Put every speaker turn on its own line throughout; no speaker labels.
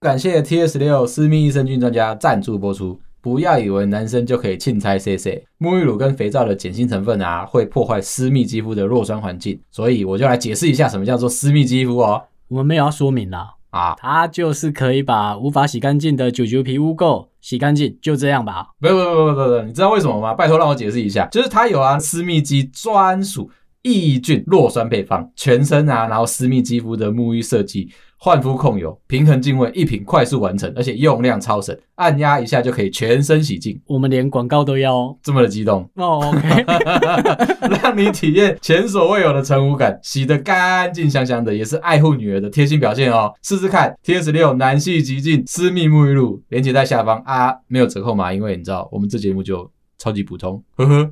感谢 TS 六私密益生菌专家赞助播出。不要以为男生就可以钦差 C C，沐浴乳跟肥皂的碱性成分啊，会破坏私密肌肤的弱酸环境，所以我就来解释一下什么叫做私密肌肤哦。
我们没有要说明啦，
啊，
它就是可以把无法洗干净的九九皮污垢洗干净，就这样吧。
不不不不不不，你知道为什么吗？拜托让我解释一下，就是它有啊私密肌专属抑菌弱酸配方，全身啊，然后私密肌肤的沐浴设计，焕肤控油，平衡净味，一瓶快速完成，而且用量超省，按压一下就可以全身洗净，
我们连广告都要哦。
这么的激动。
哦，OK，
让你体验前所未有的成无感，洗得干净香香的，也是爱护女儿的贴心表现哦。试试看 T S 六男系极净私密沐浴露，链接在下方啊，没有折扣码，因为你知道我们这节目就超级普通，呵呵。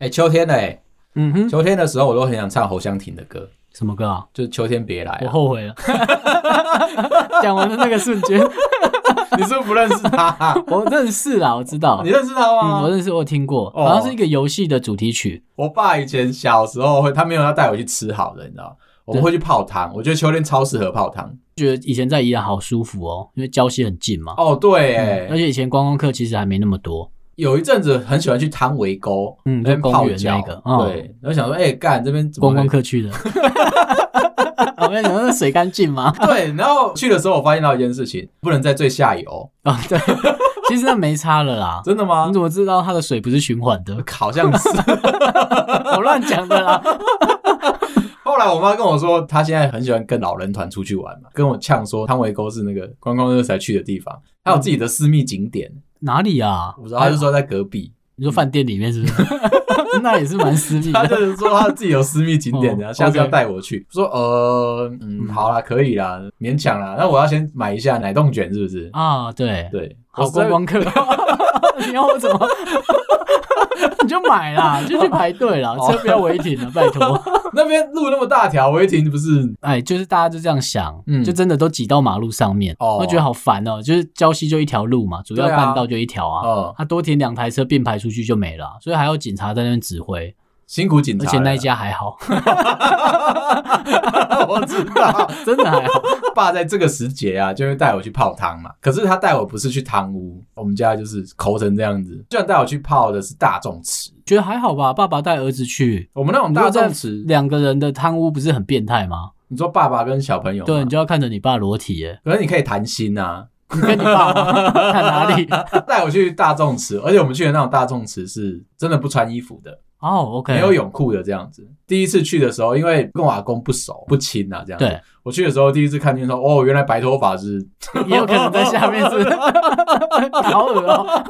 哎、秋天了、欸，
嗯哼，
秋天的时候我都很想唱侯湘婷的歌，
什么歌啊？
就是秋天别来、
我
啊。
后悔了， 讲完的那个瞬间，
你是不是不认识他、
我认识啦，我知道
你，认识他吗？
嗯，我认识，我有听过，
哦
好像是一个游戏的主题曲。
我爸以前小时候会，他没有要带我去吃好的，你知道吗，我们会去泡汤。我觉得秋天超适合泡汤。
觉得以前在宜兰好舒服哦，因为礁溪很近嘛，
哦，对、欸
嗯而且以前观光客其实还没那么多。
有一阵子很喜欢去汤围沟，
嗯
那边
就公
泡
园
脚
那个哦
对，然后想说，哎、干这边怎么
观
会
光客去的。 我跟你讲，那水干净吗？
对，然后去的时候我发现到一件事情，不能在最下游，
啊、对，其实那没差了啦。
真的吗？
你？怎么知道它的水不是循环的
好像是。
我乱讲的啊啦。
后来我妈跟我说，她现在很喜欢跟老人团出去玩嘛，跟我呛说汤围沟是那个观光客才去的地方，还有自己的私密景点。
哪里啊？
我不知道，她就说在隔壁，
你说饭店里面是 不是？那也是蛮私密
她
的。
就是说她自己有私密景点的，
哎哦
下次要
OK
带我去。我说呃，嗯，
嗯
好啦，可以啦，勉强啦。那我要先买一下奶冻卷，是不是？
啊，对，
对，
好
我实在
观光客。 你要我怎么？你就买啦，你就去排队啦，
哦
车不要违 停了，拜托。
那边路那么大条，违停不是？
哎，就是大家就这样想，
嗯
就真的都挤到马路上面，
哦
我觉得好烦哦。就是礁溪就一条路嘛，主要
对啊
干道就一条啊，
哦，
他多停两台车并排出去就没了啊、所以还有警察在那边指挥，
辛苦警察
而
了。
且那一家 还好，
我知道，
真的还好。
爸在这个时节啊，就会带我去泡汤嘛。可是他带我不是去汤屋，我们家就是抠成这样子。虽然带我去泡的是大众池，
觉得还好吧，爸爸带儿子去，
我们那种
你如
大
果在
众池，
两个人的贪污不是很变态吗？
你说爸爸跟小朋友嘛，
对，你就要看着你爸裸体耶，
可是你可以谈心啊。
你跟你爸吗 看哪里？
带我去大众池，而且我们去的那种大众池是真的不穿衣服的，
哦，OK，
没有泳裤的这样子。第一次去的时候，因为跟我阿公不熟不亲啊，这样子。
对，
我去的时候第一次看见说，哦，原来白头发是
也有可能在下面 是不是，好恶哦，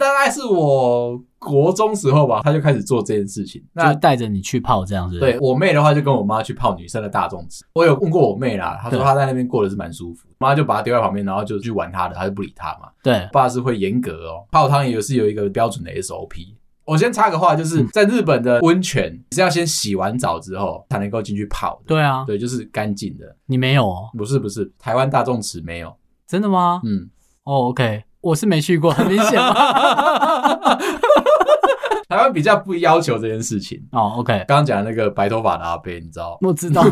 大概是我国中时候吧，他就开始做这件事情。
就
那
是带着你去泡这样子。
对我妹的话，就跟我妈去泡女生的大众池。我有问过我妹啦，她说
对
她在那边过得是蛮舒服，妈就把她丢在旁边，然后就去玩她的，她就不理她嘛。
对，
爸是会严格哦，泡汤也是有一个标准的 SOP。我先插个话，就是
嗯
在日本的温泉是要先洗完澡之后才能够进去泡的，
对啊，
对，就是干净的，
你没有哦，
不是不是，台湾大众池没有，
真的吗？
嗯，
哦，OK，我是没去过，很明 显嘛。
台湾比较不要求这件事情。
哦，OK，
刚刚讲的那个白头发的阿贝，你知道，
我 知道，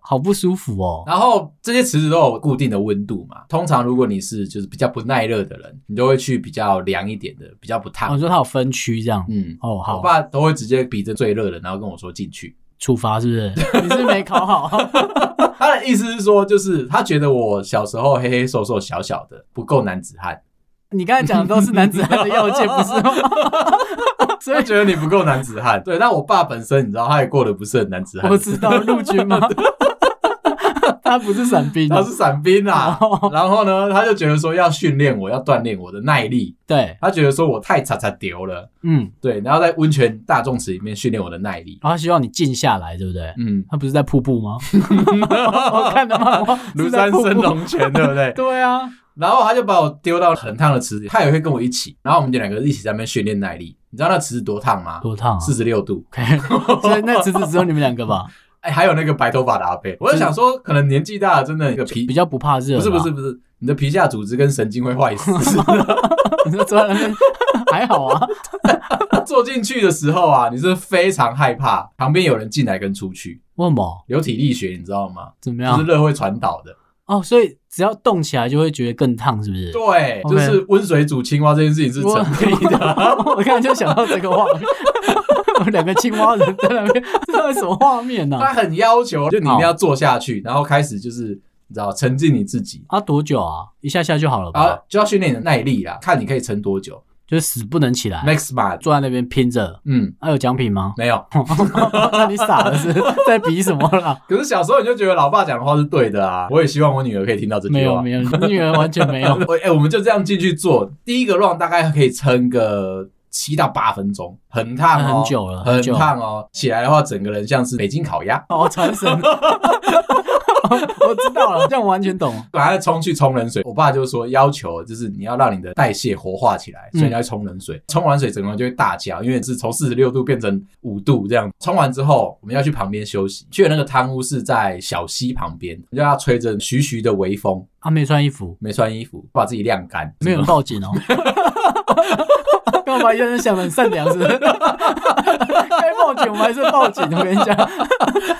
好不舒服哦。
然后这些池子都有固定的温度嘛。通常如果你是就是比较不耐热的人，你就会去比较凉一点的，比较不
我
烫。
说它有分区这样。
嗯，
哦，
我
好，
爸都会直接比着最热的，然后跟我说进去。
处罚是不是？你是不是没考好，
他的意思是说，就是他觉得我小时候黑黑瘦瘦小小的，不够男子汉，
你刚才讲的都是男子汉的要件，不是 吗？所
他
以
觉得你不够男子汉。对，但我爸本身你知道，他也过得不是很男子汉
我，知道陆军 吗？他不是伞兵，
他是伞兵啊。
哦
然后呢，他就觉得说要训练我，要锻炼我的耐力。
对，
他觉得说我太叉叉丢了，
嗯，哦
对，然后在温泉大众池里面训练我的耐力。
然后他希望你静下来，对不对？
嗯，
他不是在瀑 布吗？ 我看的漫画
庐
是在
山
瀑布
升龙泉，对不 对？
对啊，
然后他就把我丢到很烫的池子里，他也会跟我一起，然后我们就两个一起在那边训练耐力。你知道那池子多烫吗？
多烫啊
四十六度。
！OK，所以那池子只有你们两个吧？
哎，还有那个白头发的阿贝，我就想说，可能年纪大了，真的有个皮
比较不怕
不
热吧，
是不是不是，你的皮下组织跟神经会坏 死。
你 说坐在那边还好啊，
坐进去的时候啊，你是非常害怕旁边有人进来跟出去。
为什么？
有体力学，你知道吗？
怎么
就
样
是？热会传导的。
哦，所以只要动起来就会觉得更烫，是不是？
对
OK
就是温水煮青蛙这件事情是成立 的。
我刚才就想到这个画面， 两个青蛙人在那边，这是什么画面呢、啊？
他很要求，就你一定要坐下去，然后开始就是你知道沉浸你自己，
啊，多久啊？一下下就好了吧？
然后就要训练你的耐力啦，看你可以撑多久。
就是死不能起来，
Next month，
坐在那边拼着。
嗯，？
啊，有奖品吗
没有。
那你傻了是不是在比什么 啦？
可是小时候你就觉得老爸讲的话是对的啊，我也希望我女儿可以听到这
没
句
有
话。
没有，你女儿完全没有。
我哎、我们就这样进去做，第一个 round 大概可以撑个七到八分钟，很烫哦，
很久了
很
很久
烫哦。起来的话，整个人像是北京烤鸭，
哦，传神。 我知道了，这样我完全懂。
本来冲去冲冷水，我爸就说要求就是你要让你的代谢活化起来，所
嗯
以你要冲冷水。冲完水整个人就会大叫，因为是从四十六度变成五度这样。冲完之后，我们要去旁边休息。去的那个汤屋是在小溪旁边，就要吹着徐徐的微风，
啊，没穿衣服，
没穿衣服，把自己晾干。
没有人报警哦。干嘛把一个人想的很善良是不是？ 该报警我们还是报警，我跟你讲。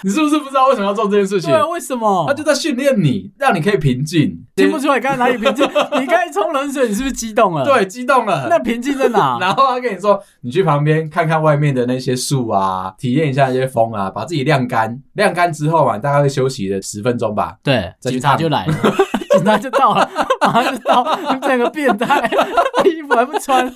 你是不是不知道为什么要做这件事情
对？啊，为什么？
他就在训练你，让你可以平静。
听不出来刚才哪里平静？你刚才冲冷水，你是不是激动了？，
对，激动了。
那平静在哪？
然后他跟你说，你去旁边看看外面的那些树啊，体验一下那些风啊，把自己晾干。晾干之后嘛，大概会休息的十分钟吧。
对，
再去
警察
烫
就来了，警察就到了，马上就到，整个变态，衣服还不穿，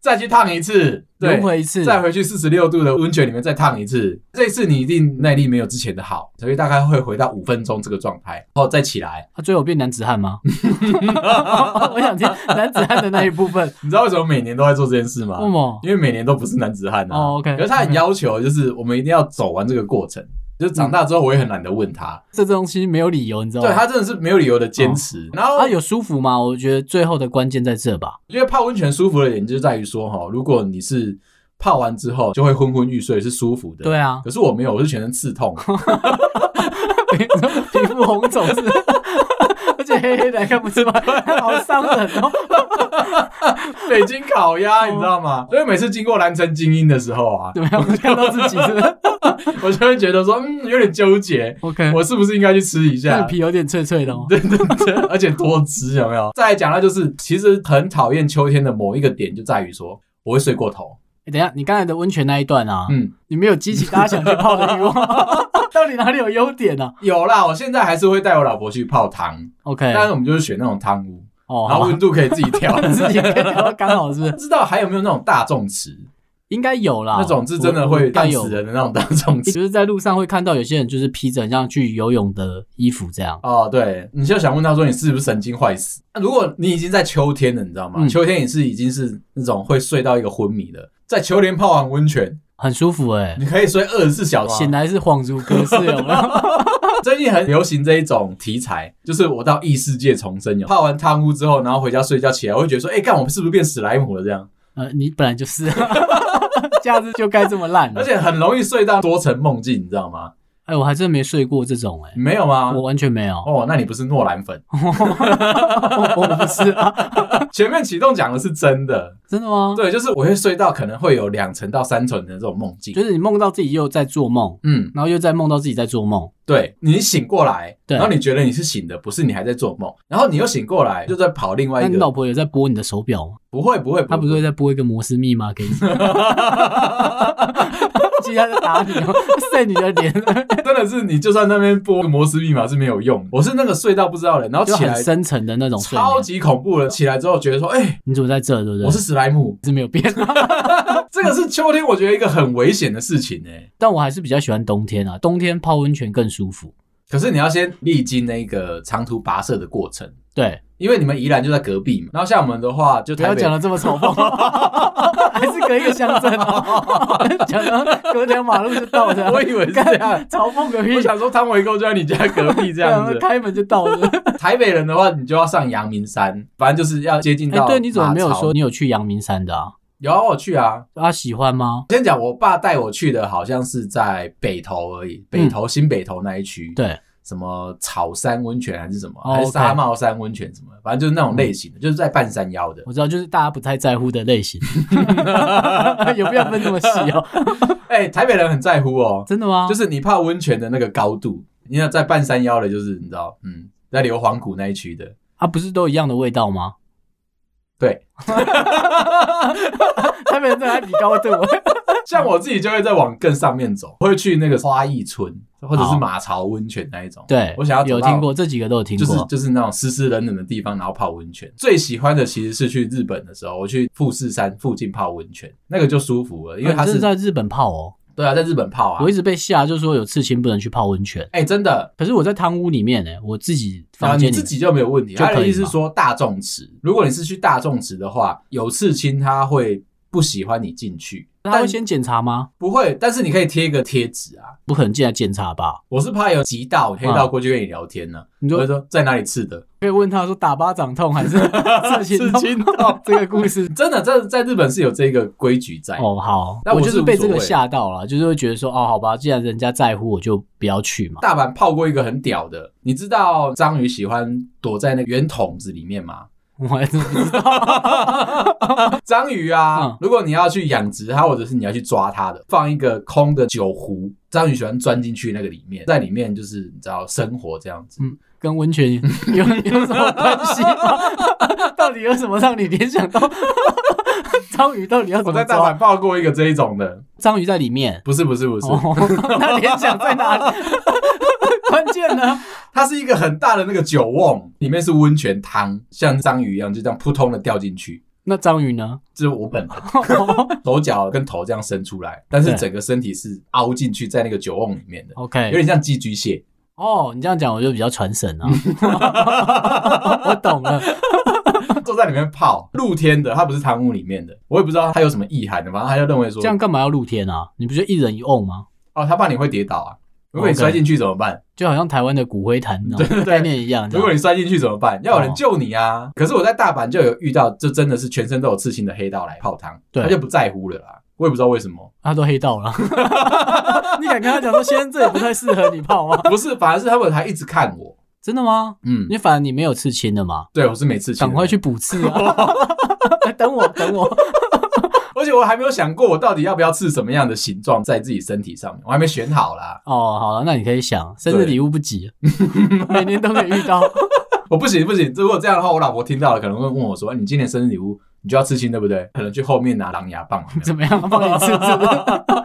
再去烫一次，对
轮，回一次，
再回去四十六度的温泉里面再烫一次。这次你一定耐力没有之前的好，所以大概会回到五分钟这个状态，然后再起来。
啊他最后变男子汉吗？ 我想听男子汉的那一 部分，
你知道为什么每年都在做这件事吗
为？什么？
因为每年都不是男子汉啊。
哦，OK，
可是他很要求，就是我们一定要走完这个过程。就是长大之后，我也很懒得问他，
这东西没有理由，你知道吗？
对他真的是没有理由的坚持。然后
啊，有舒服吗？我觉得最后的关键在这吧。
我觉得泡温泉舒服的点就在于说，哈，如果你是泡完之后就会昏昏欲睡，是舒服的。。
对啊，
可是我没有，我是全身刺痛，
皮肤红肿是， 而且黑黑的看不出 来，好伤人哦。
北京烤鸭，你知道吗？所以每次经过南城精英的时候啊，
怎么样？我看到自己是不 是
我就会觉得说，嗯，有点纠结，
？OK，
我是不是应该去吃一
那
下
个？皮有点脆脆的
啊
哦。
对对对，而且多汁，有没有？再来讲到就是，其实很讨厌秋天的某一个点，就在于说我会睡过头。
欸等一下，你刚才的温泉那一段啊，
嗯，
你没有激起大家想去泡的欲望， 到底哪里有优点呢、
有啦，我现在还是会带我老婆去泡汤，
啊、？OK，
但是我们就是选那种汤屋，
哦，
然后
好。
温度可以自己调
自己可以聊到刚好是不
不
是？
知道还有没有那种大众池，
应该有啦，
那种是真的
啊我
会
应该
干
有
死。人的那种大众 池。
就是在路上会看到有些人就是披着很像去游泳的衣服这样，
哦，对，你就想问他说你是不是神经坏死？那如果你已经在秋天了，你知道吗？
嗯
秋天也是已经是那种会睡到一个昏迷的，在秋天泡完温泉，
很舒服哎、
你可以睡二十四小时
醒。来是恍如隔世，哦有 没有？
最近很流行这一种题材，就是我到异世界重生有泡完汤屋之后，然后回家睡觉起来，我会觉得说，哎、干我是不是变史莱姆了这样？
呃，你本来就是， 假日就该这么烂了
而。且很容易睡到多层梦境，你知道吗？
哎、我还真没睡过这种哎、
你没有吗
我？完全没有，
嗯哦，那你不是诺兰粉？
我不是啊，
前面启动讲的是真的，
真的吗？
对，就是我会睡到可能会有两层到三层的这种梦境。
就是你梦到自己又在做梦，
嗯，
然后又在梦到自己在做梦，
对你醒过来，
对
然后你觉得你是醒的，不是你还在做梦，然后你又醒过来，就在跑另外
那
一
你
个
老，婆有在播你的手表吗？
不会不会，
她不是会在播一个摩斯密 码给你？其实她在打你 哦， 晒你的脸，
真的是你就算那边播个摩斯密码是没有用的，我是那个睡到不知道人，然后
就
起
很
来
深沉的那种睡
超
眠。
级恐怖了，起来之后觉得说，哎、
你怎么在这？对不对？
我是史莱姆，
是没有变，啊
这个是秋天我觉得一个很危险的事情欸呢、
但我还是比较喜欢冬天啊，冬天泡温泉更舒服。
可是你要先历经那个长途跋涉的过程。
对，
因为你们宜兰就在隔壁嘛，然后像我们的话，就
不
台
要
北
讲的这么嘲讽， 还是隔一个乡镇 哦，讲的隔条马路就到的，
我以为是这样，
嘲讽个屁
我，想说汤唯沟就在你家隔壁这样 子。
开门就 到了。
台北人的话，你就要上阳明山，反正就是要接近
哎
到、，
对，你怎么没有说？你有去阳明山的啊？
有啊，我有去啊。
啊，喜欢吗？
先讲我爸带我去的，好像是在北投而已，北投、新北投那一区。
嗯对，
什么草山温泉还是什么，
哦
还是沙
OK 嗯
帽山温泉什么的，反正就是那种类型的，就是在半山腰的。
我知道，就是大家不太在乎的类型， 有必要分这么细哦？
哎、台北人很在乎哦，
真的吗？
就是你泡温泉的那个高度，你要在半山腰的，就是你知道，嗯，在硫磺谷那一区的，
啊，不是都一样的味道吗？
对，
他们真的还比高 度，啊
像我自己就会再往更上面走，会去那个花艺村或者是马槽温泉那一种。
对，
我想要
有
走到
听过这几个都有听
就
过，
是就是那种湿湿冷冷的地方，然后泡温泉。最喜欢的其实是去日本的时候，我去富士山附近泡温泉，那个就舒服了，因为
哦
它
你
是
真的在日本泡哦。
对啊，在日本泡啊
我一。直被吓，就说有刺青不能去泡温泉，
哎、真的，
可是我在汤屋里面呢、我自己
啊，
房
你
间里
自己就没有问题。
就可以
他的意思是
吗
说大众池，如果你是去大众池的话，有刺青他会不喜欢你进去，
他
但
会先检查吗？
不会，但是你可以贴一个贴纸啊。
不可能进来检查吧？
我是怕有急到黑道过去跟你聊天呢、
啊你
我
说
就说在哪里刺的？
可以问他说打巴掌痛还是 刺青
刺青
痛？ 这个故事
真的，在在日本是有这个规矩在。
哦，好，
但我
我就是是被这
无所
个
谓
吓到了，就是会觉得说哦，好吧，既然人家在乎，我就不要去嘛。
大阪泡过一个很屌的，你知道章鱼喜欢躲在那个圆筒子里面吗？
我还真不知道，
章鱼啊，
嗯
如果你要去养殖它，或者是你要去抓它的，放一个空的酒壶，章鱼喜欢钻进去那个里面，在里面就是你知道生活这样子。
嗯，跟温泉有有什么关系吗？ 到底有什么让你联想到章鱼？到底要
我
怎
在
么
大
抓？
阪泡过一个这一种的，
章鱼在里面，
不是不是不是，
哦， 那联想在哪里？ 关键呢？
它是一个很大的那个酒瓮，里面是温泉汤，像章鱼一样就这样扑通的掉进去。
那章鱼呢？
这是我本人，手脚跟头这样伸出来，但是
对
整个身体是凹进去在那个酒瓮里面的， 有
OK，
点像寄居蟹。
哦，你这样讲我就比较传神啊， 我懂了。
坐在里面泡，露天的，它不是汤屋里面的，我也不知道它有什么意涵的，反正他就认为说，
这样干嘛要露天啊？你不就一人一瓮吗？
哦，他怕你会跌倒啊，如果你
哦 OK
摔进去怎么办？
就好像台湾的骨灰坛那
对对
种
对
概念一样。哦这
如果
样
你摔进去怎么办？要有人救你啊！可是我在大阪就有遇到，就真的是全身都有刺青的黑道来泡汤，
对
他就不在乎了啦，我也不知道为什么。
他啊都黑道了， 你敢跟他讲说，先生这也不太适合你泡吗？
不是，反而是他们还一直看我，
真的吗？
嗯，
你反而你没有刺青的嘛，
对我是没刺青，
赶快去，补 刺啊！等我，等我，
而且我还没有想过我到底要不要刺什么样的形状在自己身体上面，我还没选好啦。
哦，好了，那你可以想，生日
对
礼物不急， 每年都可以遇到。
我不行不行，如果这样的话，我老婆听到了可能会问我说：“哎你今年生日礼物你就要刺青对不对？”可能去后面拿狼牙棒，啊
怎么样？帮你刺 刺，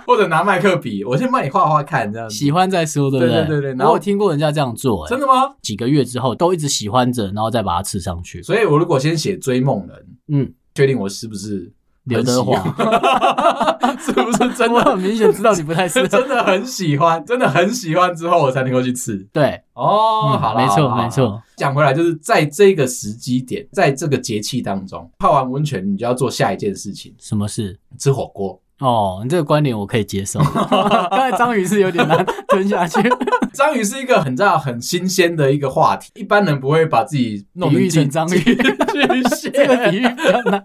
或者拿麦克笔，我先帮你画画看这样子。
喜欢再说，对不
对对
对
对对然
然
后
后我有听过人家这样做、欸，
真的吗？
几个月之后都一直喜欢着，然后再把它刺上去。
所以我如果先写追梦人，
嗯，
确定我是不是
刘德华，
是不是真
我
的
很明显知道你不太适合。
真的很喜欢，真的很喜欢之后我才能够去刺。
对，
哦，
嗯
好啦
没错
好啦
没错。
讲回来，就是在这个时机点，在这个节气当中，泡完温泉，你就要做下一件事情，
什么事？
吃火锅。
哦，你这个观点我可以接受。 刚才章鱼是有点难吞下去，
章鱼是一个很知道很新鲜的一个话题，一般人不会把自己 弄成
比喻成章
寄
鱼
寄居
这个
蟹。
比喻比 较难。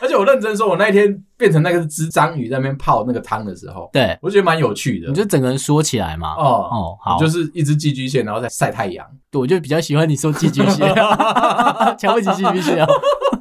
而且我认真说，我那一天变成那个只章鱼在那边泡那个汤的时候，
对，
我觉得蛮有趣的。
你就整个人缩起来嘛。
哦，
哦，好，
就是一只寄居蟹，然后在晒太阳。
我就比较喜欢你说寄居蟹， 瞧不起寄居蟹哦。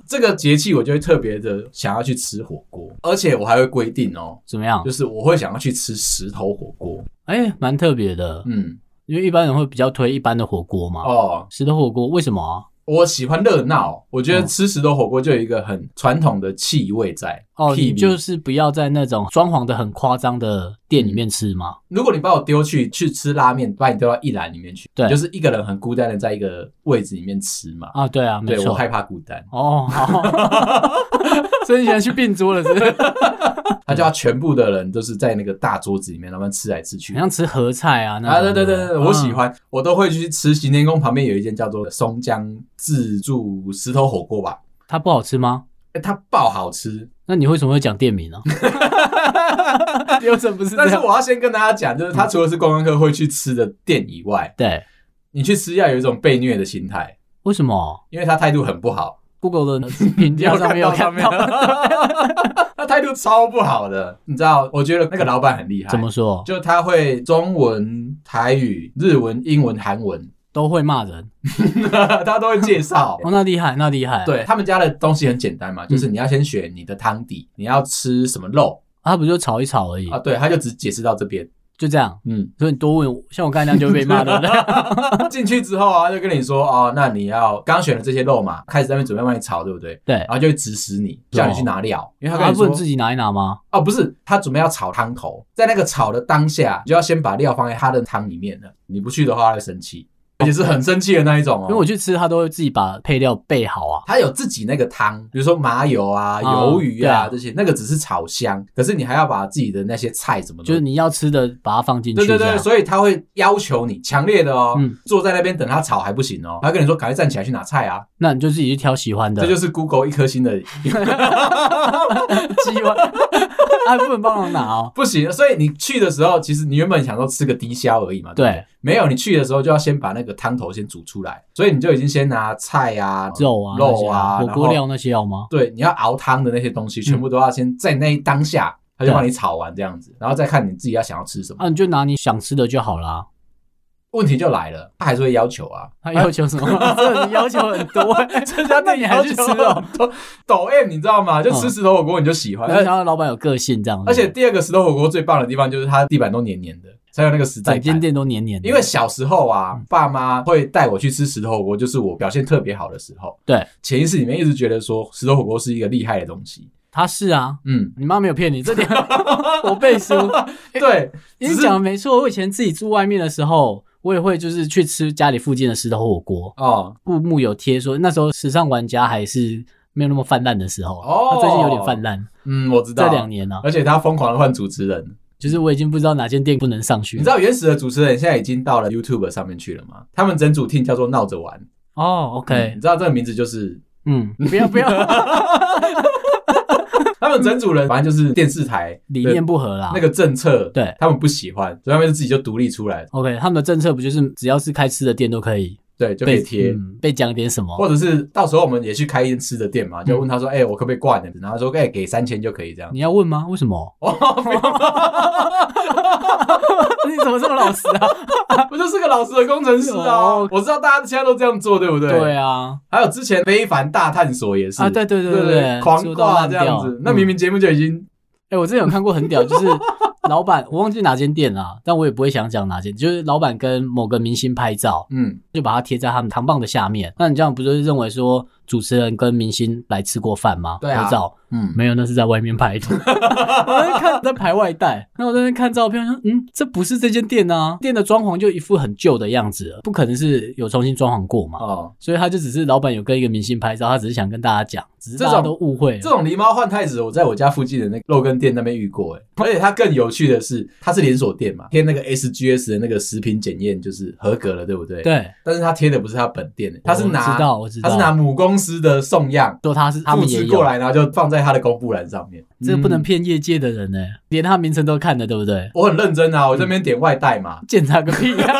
这个节气我就会特别的想要去吃火锅，而且我还会规定哦，
怎么样
就？是我会想要去吃石头火锅。
哎，蛮特别的，
嗯，
因为一般人会比较推一般的火锅嘛。
哦，
石头火锅为什么啊？
我喜欢热闹，我觉得吃石头火锅就有一个很传统的气味在。
哦，
屁
你
味
就是不要在那种装潢的很夸张的店里面吃嘛。
如果你把我丢去去吃拉面，把你丢到一栏里面去，
对
你就是一个人很孤单的在一个位置里面吃嘛。
啊，对啊，没
嗯对我
错。
害怕孤单，
哦， 好， 所以你现在去并桌了，是不是？
他就要全部的人都是在那个大桌子里面慢慢吃来吃去
很。像吃合菜啊，那
啊，对
种
对
的
对对，我喜。
嗯
欢，我都会去吃行天宫旁边有一间叫做松江自助石头火锅吧，
它不好吃吗？
哎它爆好吃。
那你为什么会讲店名 呢？流程不是这
但是
样。
我要先跟大家讲，就是
嗯
它除了是观光客会去吃的店以外，
对，
你去吃要有一种被虐的心态，
为什么？
因为他态度很不好。
Google 的评价上面有看到。
他态度超不好的，你知道？我觉得那个老板很厉害，
怎么说
就他会中文、台语、日文、英文、韩文，
都会骂人
他都会介 绍。
哦，那厉害，那厉害。
对他们家的东西很简单嘛，
嗯
就是你要先选你的汤底，你要吃什么肉
啊，他不就吵一吵而已，
啊？对，他就只解释到这边。
就这样。
嗯，
所以你多问，像我刚才那样就会被骂 的。
进去之后啊，就跟你说哦，那你要刚选了这些肉嘛，开始在那边准备帮你炒，对不对？
对，啊
然后就会指使你，叫你
哦
去拿料，啊因为他跟
他
你
不
说
能自己拿一拿吗？
哦，不是，他准备要炒汤头，在那个炒的当下，你就要先把料放在他的汤里面了。你不去的话，他会生气，而且是很生气的那一种哦。
哦因为我去吃，他都会自己把配料备好啊。
他有自己那个汤，比如说麻油啊、
啊
鱿鱼
对
啊
啊
这些，那个只是炒香，可是你还要把自己的那些菜什么的，
就是你要吃的，把它放进
嗯
去。
对对
这
对，
样
所以他会要求你强烈的哦，
嗯
坐在那边等他炒还不行哦，他跟你说赶快站起来去拿菜啊，
那你就自己去挑喜欢的。
这就是 Google 一颗星的
喜欢，啊，不能帮忙拿哦。
不行，所以你去的时候，其实你原本想说吃个低消而已嘛，不
对，
没有，你去的时候就要先把那个汤头先煮出来，所以你就已经先拿菜啊、
肉啊，那
肉
些
啊、
火
然
锅
后，
料那些要吗？
对，你要熬汤的那些东西，全部都要先在那一当下，他就
对
帮你炒完这样子，然后再看你自己要想要吃什么。
啊，你就拿你想吃的就好啦。
问题就来了，他还是会要求 啊，
他要求 什么？这你要求很 多，
欸
这家店你还去吃 哦。
抖 抖 M 你知道吗？就吃石头火锅你就喜欢，
然后想要老板有个性这样子，
而且第二个石头火锅最棒的地方就是它地板都黏黏的，才有那个实在
整间
感。
店都黏黏的，
因为小时候
嗯
啊，爸妈会带我去吃石头火锅，就是我表现特别好的时候。
对，
潜意识里面一直觉得说石头火锅是一个厉害的东西。
他是啊，
嗯，
你妈没有骗你，这点 我背书。
对，
你讲的没错，我以前自己住外面的时候，我也会就是去吃家里附近的石头火锅。
哦，
布幕有贴说，那时候时尚玩家还是没有那么泛滥的时候，
哦
他最近有点泛滥，
嗯，我知道。
这两年呢、嗯啊，
而且他疯狂的换主持人，
就是我已经不知道哪间店不能上去
你知道原始的主持人现在已经到了 YouTube 上面去了吗？他们整组 team 叫做闹着玩。
哦
嗯
，OK，
你知道这个名字就是
嗯，不要不要，
他们整组人，反正就是电视台
理念不合啦。
那个政策，
对
他们不喜欢，所以他们就自己就独立出来，
OK，他们的政策不就是只要是开吃的店都可以
对，就可
被
以贴。
嗯被讲点什么？
或者是到时候我们也去开一间吃的店嘛，就问他说：“哎、我可不可以挂你的？”然后他说：“哎、给三千就可以这样。？
嗯你要问吗？为什么
哦，
你怎么这么老实啊？
我就是个老实的工程师啊！
哦
我知道大家现在都这样做，对不对？
对啊，
还有之前非凡大探索也是
啊，对对对
对
对对，
狂
说到
挂
烂
这
掉
样子，那明
嗯
明节目就已经
哎，我之前有看过很屌，就是 老板，我忘记哪间店啦，但我也不会想讲哪间，就是老板跟某个明星拍照，
嗯
就把它贴在他们糖棒的下面。那你这样不就是认为说主持人跟明星来吃过饭吗？
对啊
合照
嗯
没有，那是在外面拍的。我 在看在排外带，那我在那边看照片，我说嗯，这不是这间店啊，店的装潢就一副很旧的样子了，不可能是有重新装潢过嘛。
哦，
所以他就只是老板有跟一个明星拍照，他只是想跟大家讲，只是大
这
家
种
都误会
这
了。
种狸猫换太子，我在我家附近的那个肉羹店那边遇过哎、而且它更有趣的是，它是连锁店嘛，贴那个 SGS 的那个食品检验就是合格了，对不对？。
对，
但是他贴的不是他本店的、他是
我
拿
知道，我知
他
道，
是拿母公司的送样
说他是他
复
们也
制
有
过，来，然后就放在他的公布栏上面。
这个不能
嗯
骗业界的人呢、连他名称都看的，对不对？
我很认真啊，我这边点外带嘛，
检查个屁呀、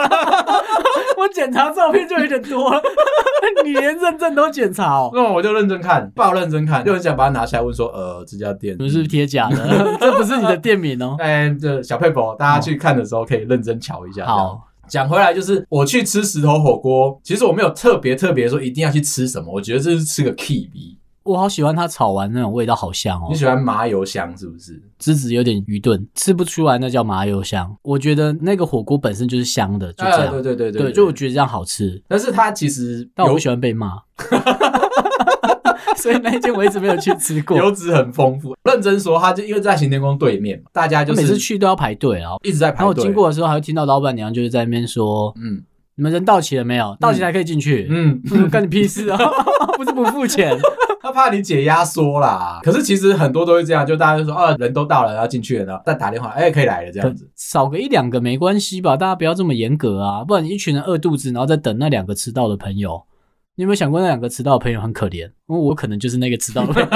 我检查照片就有点多了， 你连认证都检查哦？
那我就认真看，爆认真看，就很想把它拿下来问说，呃，这家店
你们是不是贴假的？ 这不是你的店名哦。
哎，这小佩宝，大家去看的时候可以认真瞧一下。这样，
好，
讲回来就是我去吃石头火锅，其实我没有特别特别说一定要去吃什么，我觉得这是吃个 key 鼻。
我好喜欢它炒完那种味道，好香哦
你，喜欢麻油香是不是？
汁子有点愚钝，吃不出来那叫麻油香。我觉得那个火锅本身就是香的，就这
啊，
样
对，对对
呃对，就我觉得这样好吃。
但是它其实
但我
油
不喜欢被 骂，所以那一间我一直没有去吃过。
油脂很丰富。认真说，它就因为在行天宫对面嘛，大家就
我每次
是
去都要排队啊，
一直在排
然后我
队。
经，过的时候，还会听到老板娘就是在那边说
嗯：“
你们人到齐了没有？到齐才可以进去。
嗯，
嗯” 干你屁事啊！不是不付钱，
他怕你解压缩啦。可是其实很多都会这样，就大家就说啊，人都到了，然后进去了，然后再打电话，哎、可以来了这样子。
少个一两个没关系吧？大家不要这么严格啊，不然一群人饿肚子，然后再等那两个迟到的朋友。你有没有想过那两个迟到的朋友很可怜？因为我可能就是那个迟到的朋友，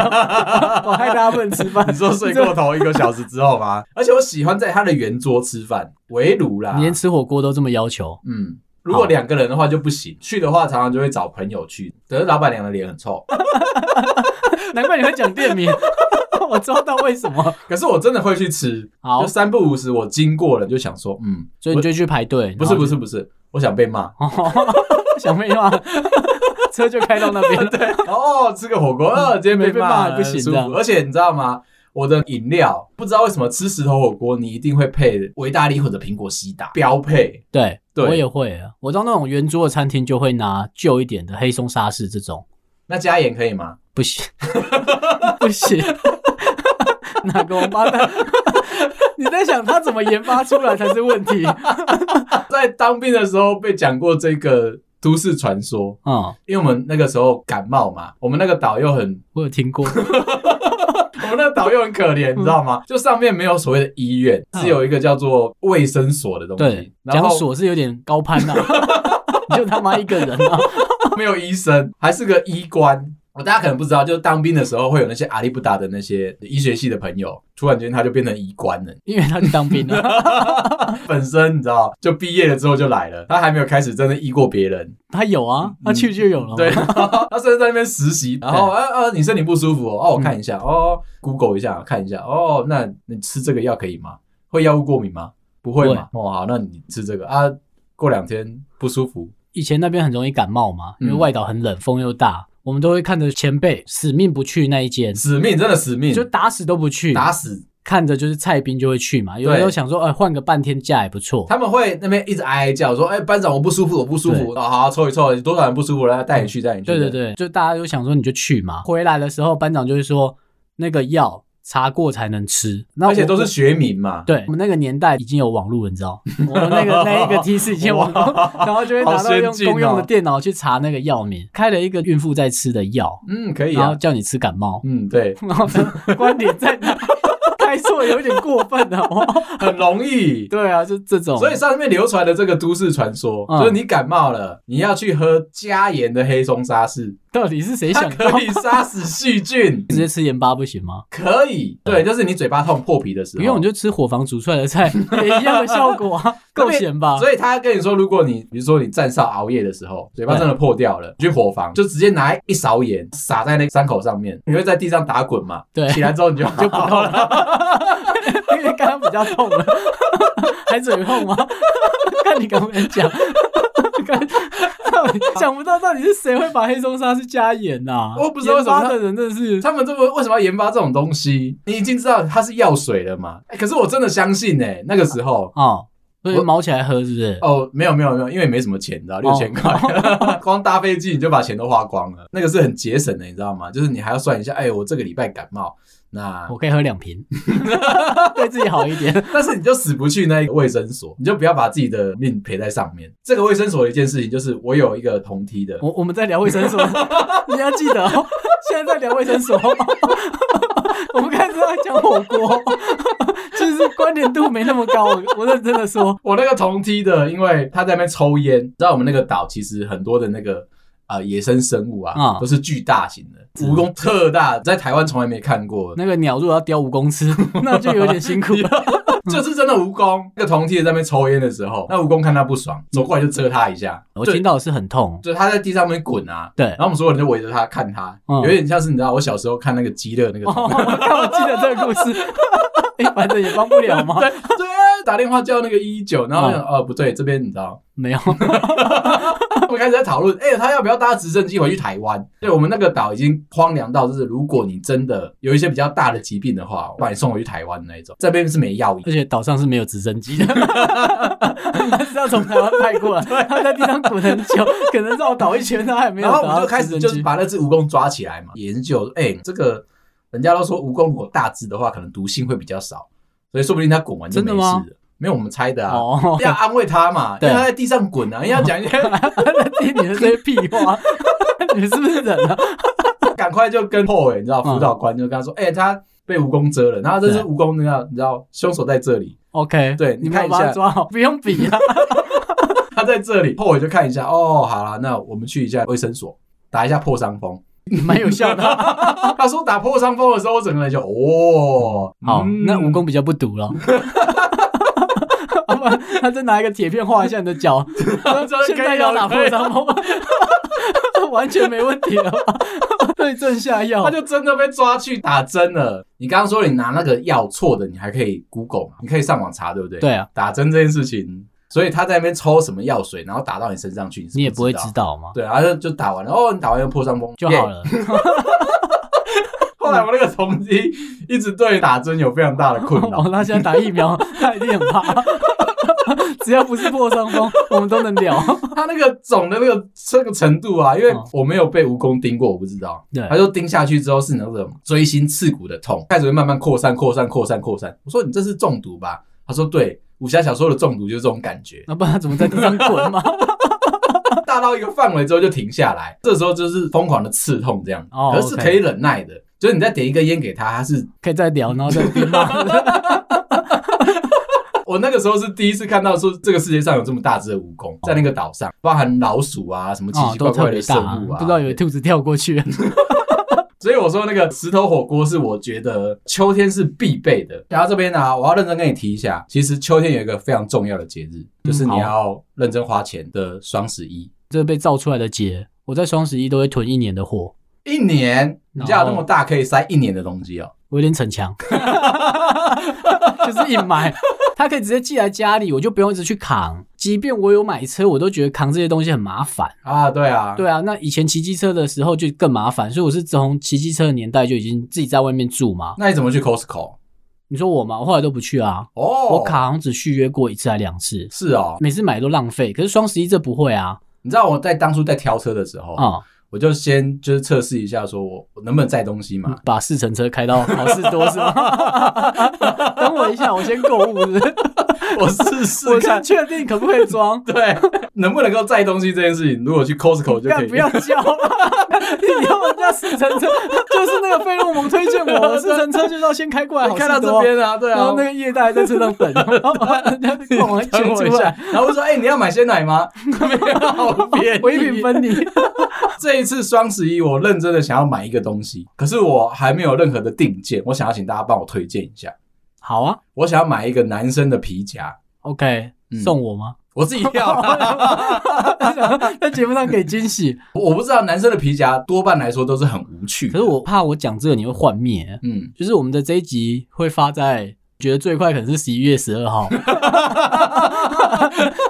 我害大家不能吃饭
你说睡过头一个小时之后 吗？而且我喜欢在他的圆桌吃饭，围炉啦，
你连吃火锅都这么要求，
嗯，如果两个人的话就不行，去的话常常就会找朋友去，可是老板娘的脸很臭。
难怪你会讲店名， 我知道为什么。
可是我真的会去吃，
好
就三不五时我经过了就想说，嗯，
所以你就去排队，
不是不是不是，我想被骂。
然后就，想被骂， 车就开到那边了。
哦，吃个火 锅，呃今天没
被骂
了
不行
舒
这样
服。而且你知道吗？我的饮料不知道为什么吃石头火锅，你一定会配维达利或者苹果西打标配。
对，
对
我也会啊。我到那种圆桌的餐厅就会拿旧一点的黑松沙士这种，
那加盐可以吗？
不行， 不 行，哪个王八蛋？ 你在想他怎么研发出来才是问题？
在当兵的时候被讲过这个都市传说，
嗯，
因为我们那个时候感冒嘛，我们那个导游很，
我有听过。
我们那个导游很可怜，你知道吗？就上面没有所谓的医院，
嗯
只有一个叫做卫生所的东
对
西，，然
讲
后
锁是有点高攀 呐、你就他妈一个人啊，
没有医生，还是个医官。我大家可能不知道，就是当兵的时候会有那些阿里不达的那些医学系的朋友，突然间他就变成医官 了。
因为他去当兵啊 了、
本身你知道，就毕业了之后就来了，他还没有开始真的医过别人，
他有啊，他去就有了、
对，， 他甚至在那边实习，然后啊啊，你身体不舒服
嗯
哦，哦，我看一下，哦，Google 一下看一下，哦，那你吃这个药可以吗？会药物过敏吗？不会嘛？哦，好，那你吃这个啊，过两天不舒服，
以前那边很容易感冒嘛，因为
嗯
外岛很冷，风又大，我们都会看着前辈死命不去那一间，
死命，真的死命，
就打死都不去，
打死。
看着就是蔡斌就会去嘛，有的时候想说，哎，换个半天假也不错。
他们会那边一直哀叫说，哎、班长我不舒服，我不舒服，啊、好，抽一抽，多少人不舒服来带你去，带你去，
对对，对，就大家就想说你就去嘛。回来的时候，班长就会说那个药查过才能吃，那
而且
我
都是学名嘛，
对，我们那个年代已经有网络，你知道，我们 那个那一个 T 四已经有网络， 然后就会拿
好
到
先
用
进哦
公用的电脑去查那个药名，开了一个孕妇在吃的药，
嗯，可以
然后
啊，
叫你吃 感冒，
嗯， 对，
然后观点在哪？ 开错有点过分了哦。
很容易，
对啊，就这种，
所以上面流传的这个都市传说，
嗯
就是你感冒了，你要去喝加盐的黑松沙士，
到底是谁
它
想到，
可以杀死细菌
直接吃盐巴不行吗？
可以。对，就是你嘴巴痛破皮的时候。
嗯不用，你就吃伙房煮出来的菜 也一样的效果啊，够咸吧？
所以他跟你说，如果你比如说你站哨熬夜的时候，嘴巴真的破掉
嗯
了，你去伙房就直接拿一勺盐撒在那个伤口上面，你会在地上打滚 嘛？
对
起来之后你就就不痛了。
因为刚刚比较痛了，还嘴痛吗？看你敢不敢讲，看到底想不到到底是谁会把黑松沙是加盐呐、
我不知道为什么
研发的人真的是
他们这么为什么要研发这种东西？你已经知道它是药水了嘛？哎可是我真的相信哎、那个时候
哦，所以
我
毛起来喝是不是？
哦，没有没有没有，因为没什么钱，你知道，六
哦
千块， 光搭飞机你就把钱都花光了，那个是很节省的，你知道吗？就是你还要算一下，哎，我这个礼拜感冒，那
我可以喝两瓶， 对自己好一点。
但是你就死不去那一个卫生所，你就不要把自己的命赔在上面。这个卫生所的一件事情就是，我有一个同梯的，
我我们在聊卫生所，你要记得、哦，现在在聊卫生所。我们刚才在讲火锅，就是关联度没那么高。我我认真的说，
我那个同梯的，因为他在那边抽烟，你知道我们那个岛其实很多的那个呃野生生物啊，
啊
都是巨大型的，蜈蚣特大，在台湾从来没看过，
那个鸟如果要叼蜈蚣吃， 那就有点辛苦了。
就是真的蜈蚣。那个同梯的在那边抽烟的时候，那蜈蚣看他不爽，走过来就蛰他一下。
嗯我听到的是很痛，
就他在地上面滚啊，
对
然后我们所有人就围着他看他，
嗯
有点像是你知道我小时候看那个鸡乐那 个，
哦，我看我记得这个故事， 哎、反正也帮不了 嘛。
对啊，打电话叫那个一一九，然后
嗯
我想哦不对，这边你知道，
没有，
我们开始在讨论，哎、他要不要搭直升机回去台湾？对我们那个岛已经荒凉到，就是如果你真的有一些比较大的疾病的话，我把你送回去台湾那一种，这边是没药医
而。且岛上是没有直升机的， 是要从台湾派过来，他在地上滚很久，可能绕岛一圈，他还没有
然后我
打
们
到
就开
直
始
升
就是
机。
把那只蜈蚣抓起来嘛，研究，哎、这个人家都说蜈蚣如果大只的话，可能毒性会比较少，所以说不定它滚完就没
真的
事
吗
了。没有，我们猜的啊。
哦，
要安慰他嘛，因
对
为他在地上滚啊，因为要讲一些，
听你的这些屁话， 你是不是人啊？
赶快就跟 后尾，你知道
嗯
辅导官就跟他说，哎、他被蜈蚣蛰了，然后这只
对
蜈蚣那个，你知道凶手在这里，
OK，
对
你
你看
们
一
把它
下
抓好，不用比啊。
他在这里，后尾就看一下，哦，好了，那我们去一下卫生所打一下破伤风。
蛮有效的。啊
他说打破伤风的时候，我整个人就哦，
好，
嗯
那武功比较不毒了。要不然他再拿一个铁片画一下你的脚，现在要打破伤风， 完全没问题了吧？对症下药，
他就真的被抓去打针了。你刚刚说你拿那个药错的，你还可以 Google 嘛？你可以上网查，对不对？
对啊，
打针这件事情，所以他在那边抽什么药水，然后打到你身上去，
你也不会
知
知
道。
道嘛，
对，然后就就打完了，哦，你打完又破伤风
就好。
耶
了。
后来我那个同机一直对打针有非常大的困
哦
扰，，
他现在打疫苗，他一定很怕。 只要不是破伤风，我们都能 聊。
他那个肿的那个这个程度啊，因为
哦
我没有被蜈蚣叮过，我不知道。
对
他，就钉下去之后是那种锥心刺骨的痛，开始会慢慢扩散、扩散、扩散、扩散。我说你这是中毒吧？他说对，武侠小说的中毒就是这种感 觉，
那不然他怎么在地上滚 嘛？
大到一个范围之后就停下来，这时候就是疯狂的刺痛这样，
哦
可是是
OK
可以忍耐的。就是你再点一根烟给他，他是
可以再聊，然后再冰嘛。
我那个时候是第一次看到说这个世界上有这么大只的蜈蚣，在那个岛上，包含老鼠啊， 什么奇
哦
奇，怪
都特
怪
别
的
大
生
啊，
物啊，
不知道有兔子跳过去。
所以我说那个石头火锅是我觉得秋天是必备的。然后这边呢、啊我要认真跟你提一下，其实秋天有一个非常重要的节日，
嗯
就是你要认真花钱的双十一。
这是被造出来的节，我在双十一都会囤一年的货，
一年，
哦
你家有那么大，可以塞一年的东西哦。
我有点逞 强，就是硬买。他可以直接寄来家里，我就不用一直去扛。即便我有买车，我都觉得扛这些东西很麻烦。
啊，对啊，
对啊，那以前骑机车的时候就更麻烦，所以我是从骑机车的年代就已经自己在外面住嘛。
那你怎么去 Costco？
你说我嘛，我后来都不去啊。
哦，
我卡好像只续约过一次还两次，
是哦。
每次买都浪费。可是双十一这不会啊，
你知道我在当初在挑车的时候，
啊、
我就先就是测试一下，说我我能不能载东西嘛。
啊把四乘车开到好 事嗯多是吗？等我一下，我先购物是不是，
我试试
我先
看，
确定可不可以装。
对，能不能够载东西这件事情，如果去 Costco 就可
干
以。
不要 叫了，你要人家四乘车，就是那个费洛蒙推荐我，四乘车就是要先开过来好事
看
多，
到这边啊，对
然
啊
后，那个业大还在车上 等，然后把人家逛完
等
全
我
出
一下
来，，
然后我说：“哎、你要买鲜奶吗？”没有，好 便宜
我一饼分你。
这一次双十一，我认真的想要买一个东西，可是我还没有任何的定见，我想要请大家帮我推荐一下。
好啊
我想要买一个男生的皮夹，
，OK，
嗯
送我吗？
我自己要啦。
在节目上给惊喜，
我不知道男生的皮夹多半来说都是很无趣的。
可是我怕我讲这个你会幻灭，
嗯，
就是我们的这一集会发在，觉得最快可能是十一月十二号。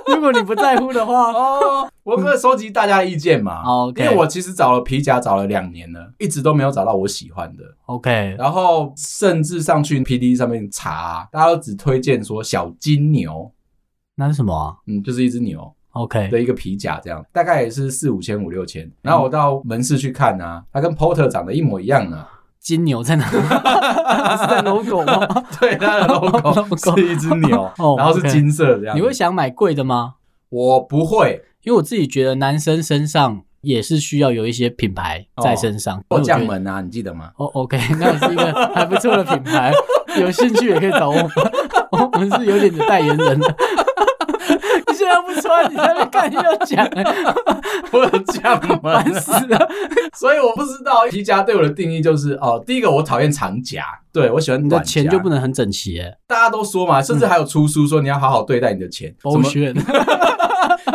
如果你不在乎的话，
哦，我会收集大家的意见 嘛。
好，OK 哦
因为我其实找了皮夹找了两年了，一直都没有找到我喜欢的。
OK，
然后甚至上去 P D 上面查，大家都只推荐说小金牛，
那是什么啊
嗯，就是一只牛
？OK，
的一个皮夹这样，大概也是四五千五六千。然后我到门市去看啊，它跟 Porter 长得一模一样啊呢。
金牛在哪？ 是在 logo 吗？
对，它的 logo
logo
是一只牛
哦，
然后是
OK
金色这样。
你会？想买贵的吗？
我不会，
因为我自己觉得男生身上也是需要有一些品牌在身上。
我酱
因为我觉得
哦门啊，你记得 吗？
哦，OK，那也是一个还不错的品牌，有兴趣也可以找我们，我们是有点的代言人的。 你现在不穿，你在那边看要讲、欸，
我有酱门
烦
啊，
死了！
所以我不知道皮夹对我的定义就是哦，第一个我讨厌长夹，对我喜欢
你的
短
钱
夹
就不能很整齐、欸，
大家都说嘛，甚至还有出书说你要好好对待你的钱，什
剥
么
削。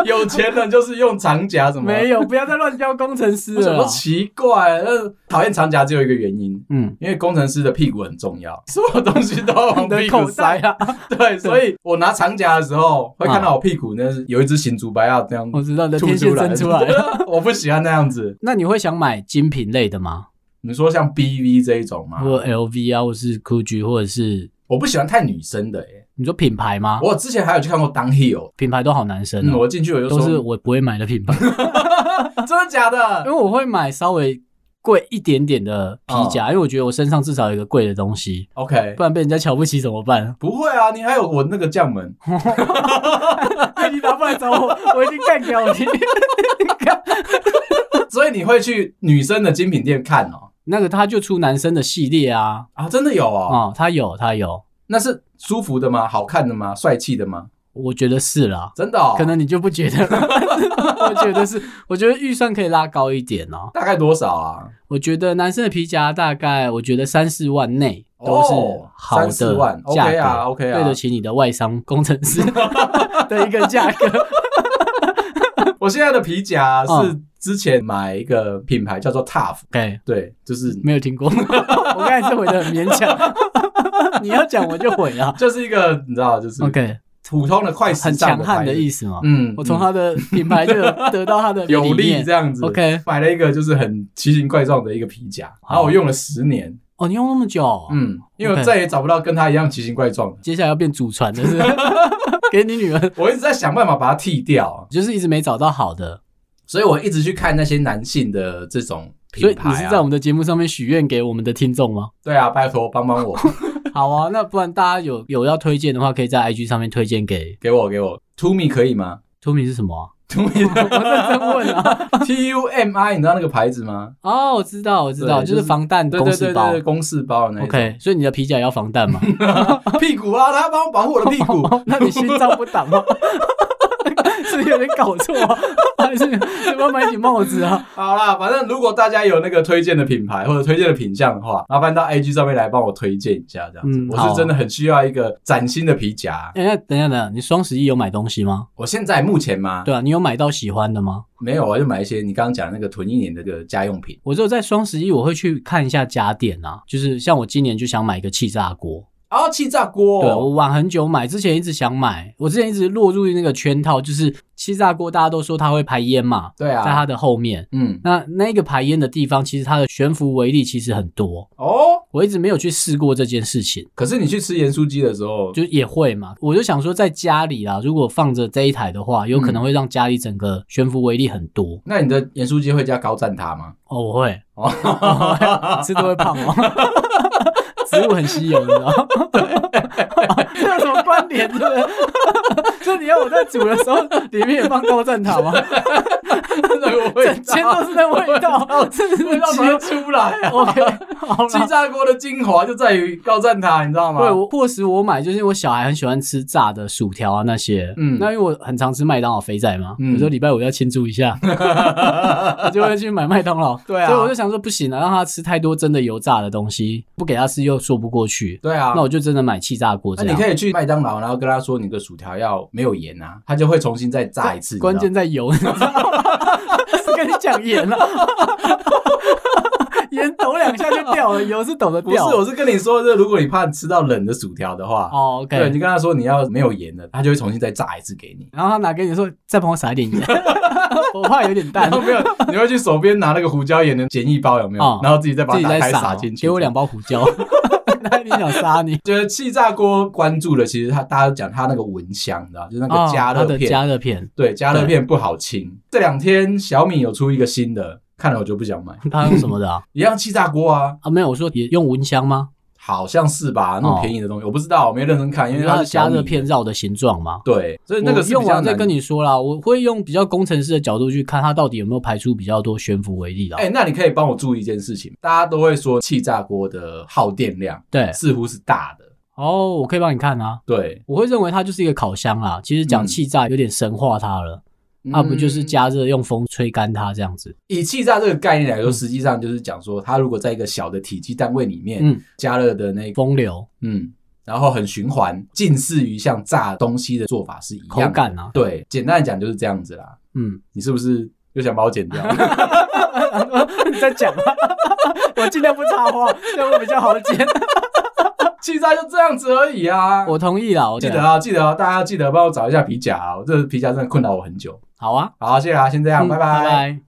有钱人就是用长夹，怎么
没？啊有，不要再乱教工程师
我想
了
说
啦。
奇怪，那讨厌长夹只有一个原因，
嗯，
因为工程师的屁股很重要， 所有东西都要
你
往
的
屁股
口
塞
袋。啊，
对，所以我拿长夹的时候，会看到我屁股那是有一只行竹白药这样
我知哦道你的
吐
天线
出来，
伸出来。
我不喜欢那样子。
那你会想买精品类的吗？
你说像 BV 这一种吗？
或 LV 啊，或是 GUCCI，或者是
我不喜欢太女生的耶。
你说品牌吗？
我之前还有去看过 Down Hill，
品牌都好男生
嗯，
哦、
我进去我就
都
说
是我不嗯会买的 品牌，
真的假
因为
的？
我会买稍微贵一点点的皮夹，因为我觉得我身上至少有一个贵的东西，
OK，？
不然被人家瞧不起怎么办
不会啊，你还有我那个将门，
哎， 你打不来找我，我一定干掉你！
所以你会去女生的精品店看哦。
那个他就出男生的系列啊，
啊，真的有哦。
哦，他有他有，
那是舒服的吗？好看的吗？帅气的吗？
我觉得是啦，
真的、哦，
可能你就不觉得， 我觉得是，我觉得预算可以拉高一点哦。
大概多少啊？
我觉得男生的皮夹大概，我觉得三四万内都是好
三四
的
万
价
，OK
格，
啊，OK 啊，
对得起你的外商工程 师的一个价 格。
我现在的皮夹
啊
是之前买一个品牌叫做 Tough，
OK，
对，就是
没有听过，我刚才是回的很勉强，你要讲我就回啊。
就是一个你知道，就是
OK，
普通的快时
很
尚
强悍
牌
的
子
意思嘛。啊
嗯，
我
嗯
从他的品牌就有得到他的
有
理
力
念
这样子
OK
买了一个就是很奇形怪状的一个皮夹，然后我用了十年，
哦，你用那么久，
嗯，因为我
OK
再也找不到跟它一样奇形怪状的，
接下来要变祖传的是 给你女儿，
我一直在想办法把它剃掉，啊
就是一直没找到好的，
所以我一直去看那些男性的这种
所以
品
你
牌
是在我
啊，
们的节目上面许愿给我们的听众吗？
对啊，拜托帮帮 我，
好啊，那不然大家有有要推荐的话，可以在 IG 上面推荐给
给我给我，To me 可以吗
t o m 是什么啊、
？To me
我认真问啊！
T U M I，你知道那个牌子吗？
哦，我知道，我知道，
对
就是
就是
防弹
对
公
对
司
对
包
对，对公事包的那一种
OK，所以你的皮夹也要防弹嘛？
屁股啊，他帮我保护我的屁 股。
哦 那你心脏不挡吗？ 是有点搞错、啊， 还是要不要买顶帽子 啊？
好啦，反正如果大家有那个推荐的品牌或者推荐的品相的话，麻烦到 IG 上面来帮我推荐一下，这样子。
嗯
我
好啊
是真的很需要一个崭新的皮夹。
哎、那等一下，等一下，你双十一有买东西吗？
我现在目前嘛，
对啊，你有买到喜欢的吗？
没有，我就买一些你刚刚讲那个囤一年的那个家用品。
我只有在双十一我会去看一下家电啊，就是像我今年就想买一个气炸锅，
哦，气炸锅，
对我晚很久买，之前一直想买，我之前一直落入那个圈套，就是气炸锅大家都说它会排烟嘛，
对
在
啊，
它的后面，
嗯，
那那个排烟的地方，其实它的悬浮微粒其实很多，
哦，
我一直没有去试过这件事情，
可是你去吃盐酥鸡的时候，
就也会嘛，我就想说在家里啦，如果放着这一台的话，有可能会让家里整个悬浮微粒很多
那你的盐酥鸡会加高赞它 吗？
哦，我会。
哦，
吃多会 胖哦。 植物很稀有，你知道吗？ 这有什么关联？对不对？就你要我在煮的时候，里面也放高赞塔吗？
那个味
整间
道，
都是那 味道，真的是
味道怎么会出来啊？
OK，好
气
啦。
炸锅的精华就在于高赞它，你知道吗？
对，我迫使我买，就是因为我小孩很喜欢吃炸的薯条啊那些。嗯
嗯，
那因为我很常吃麦当劳肥仔嘛，
嗯
有时候礼拜五要庆祝一 下，我就会去买麦当劳。
对啊
所以我就想说不行啊，让他吃太多真的油炸的东西，不给他吃又说不过去。
对啊，
那我就真的买气炸锅
那
这
你
样。
可以去麦当劳，然后跟他说你的薯条要没有盐啊，他就会重新再炸一次。
关键在油，你知道吗？ 是跟你讲盐啊了， 盐抖两下就掉了，油是抖得
你知道
掉。
吗不是，我是跟你说，这如果你怕吃到冷的薯条的话，啊
哦
对
，OK。
你跟他说你要没有盐的，他就会重新再炸一次给 你。
然后他拿给你说，再帮我撒一 点盐，我怕有点淡
然，后没有，你会去手边拿那个胡椒盐的简易包有没有？
哦
然后自己再把
自己
它打
再
开
撒
撒
哦
进去。
给我两。包胡 椒，他一定想杀你。
觉得气炸锅关注的，其实他大家都讲他那个蚊香，你知道，就是那
哦
个加
它
热
的
片，
加热片，
对，加热片不好清。这两天小米有出一个新的，看了我就不想买，
他用什么的啊？
一样气炸锅啊，
啊，没有，我说也用蚊香吗？
好像是吧，那种便宜的东西，我不知道，我没认真看，因为
它
它
的
是
加
小米
热。片绕的形状吗？
对，所以那个
我
是
用
比较
完再
难。
跟你说啦，我会用比较工程师的角度去看它到底有没有排出比较多悬浮微粒啦。
哎、那你可以帮我注意一件事情，大家都会说气炸锅的耗电量哎
对，
似乎是大的，
哦，我可以帮你看啊。
对，
我会认为它就是一个烤箱啦。其实讲
嗯
气炸有点神化它了，它啊不就是
嗯
加热用风吹干它这样子？
以气炸这个概念来
嗯
说，实际上就是讲说，它如果在一个小的体积单位里面、
嗯，
加热的那
风流
嗯，然后很循环，近似于像炸东西的做法是一样
口
的，
感啊，
对，简单地讲就是这样子啦。
嗯，
你是不是又想把我 剪掉？
你在讲啊， 我尽量不插话，这样会比较好剪。
气炸就这样子而已啊。
我同意啦，我
记
对
得
啊，
啊，记得啊，大家要记得帮我找一下皮夹啊，我这皮夹真的困扰我很久。
好啊，
好，谢谢啊，先这样，
嗯
拜
拜拜